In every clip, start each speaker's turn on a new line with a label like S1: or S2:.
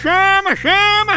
S1: chama, chama!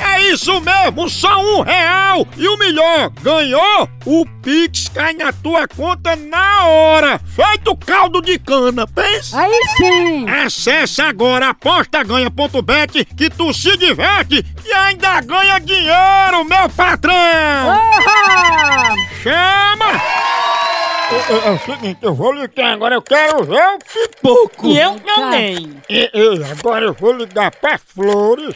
S1: É isso mesmo, só um real! E o melhor, ganhou? O Pix cai na tua conta na hora! Feito caldo de cana, pensa!
S2: Aí sim!
S1: Acesse agora apostaganha.bet que tu se diverte e ainda ganha dinheiro, meu patrão!
S2: Oba!
S1: Chama! É, é, é o seguinte, eu vou ligar agora, eu quero ver o pipoco!
S3: E eu também.
S1: E- e agora eu vou ligar pra Flores.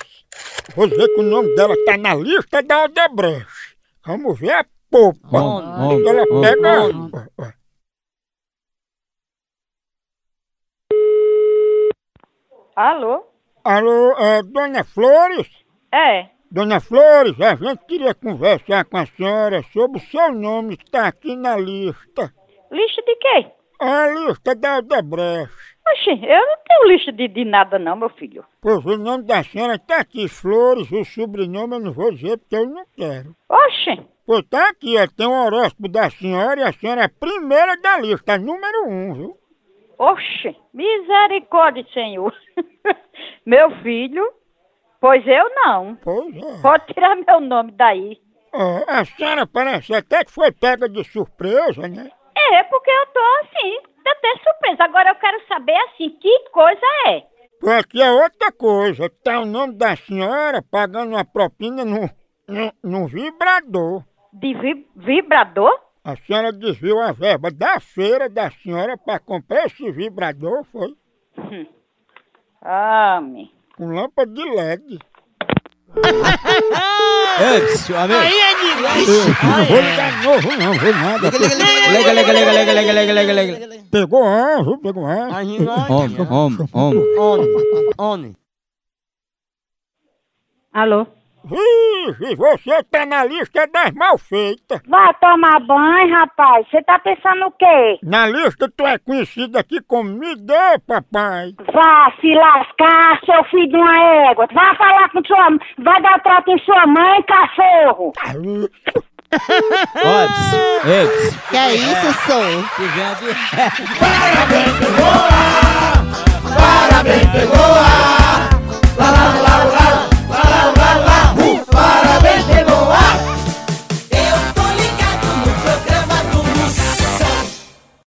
S1: Vou dizer que o nome dela tá na lista da Odebrecht. Vamos ver a popa. Quando ela pega. ó, ó.
S4: Alô?
S1: Alô, é, dona Flores?
S4: É,
S1: Dona Flores, a gente queria conversar com a senhora sobre o seu nome que está aqui na lista.
S4: lixo de quê?
S1: A lista da Odebrecht.
S4: Oxi, eu não tenho lixo de, de nada não, meu filho.
S1: Pois o nome da senhora tá aqui, Flores, o sobrenome eu não vou dizer porque eu não quero.
S4: Oxi,
S1: Pois tá aqui, ó, tem um horóscopo da senhora e a senhora é a primeira da lista, a número um, viu?
S4: oxi, misericórdia, senhor. meu filho? Pois eu não.
S1: Pois é.
S4: Pode tirar meu nome daí.
S1: Ó, a senhora parece até que foi pega de surpresa, né?
S4: É, porque eu tô assim, até surpresa. Agora eu quero saber, assim, que coisa é?
S1: Foi aqui é outra coisa, tá o nome da senhora pagando uma propina num, num, num vibrador.
S4: De vi- vibrador?
S1: A senhora desviou a verba da feira da senhora pra comprar esse vibrador, foi?
S4: Ame.
S1: Com lâmpada de LED.
S3: Aí é
S1: Não vou
S3: demais.
S1: ligar de novo, não, vou nada.
S5: Lega, lega, lega, lega, lega, lega, lega, lega.
S1: Pegou anjo, viu? pegou anjo.
S3: Aí nós.
S5: Homem, homem, homem.
S3: Homem, homem.
S2: Alô?
S1: Vixe, você tá na lista das malfeitas.
S2: Vai tomar banho, rapaz. Você tá pensando o quê?
S1: Na lista tu é conhecida aqui como me dê, papai.
S2: Vá se lascar, seu filho de uma égua. Vá falar com sua mãe. Vai dar trato em sua mãe, cachorro.
S1: Tá lixo.
S5: Ó, ps, é, ps.
S6: Que é isso, sou?
S5: Que vem aqui.
S1: Parabéns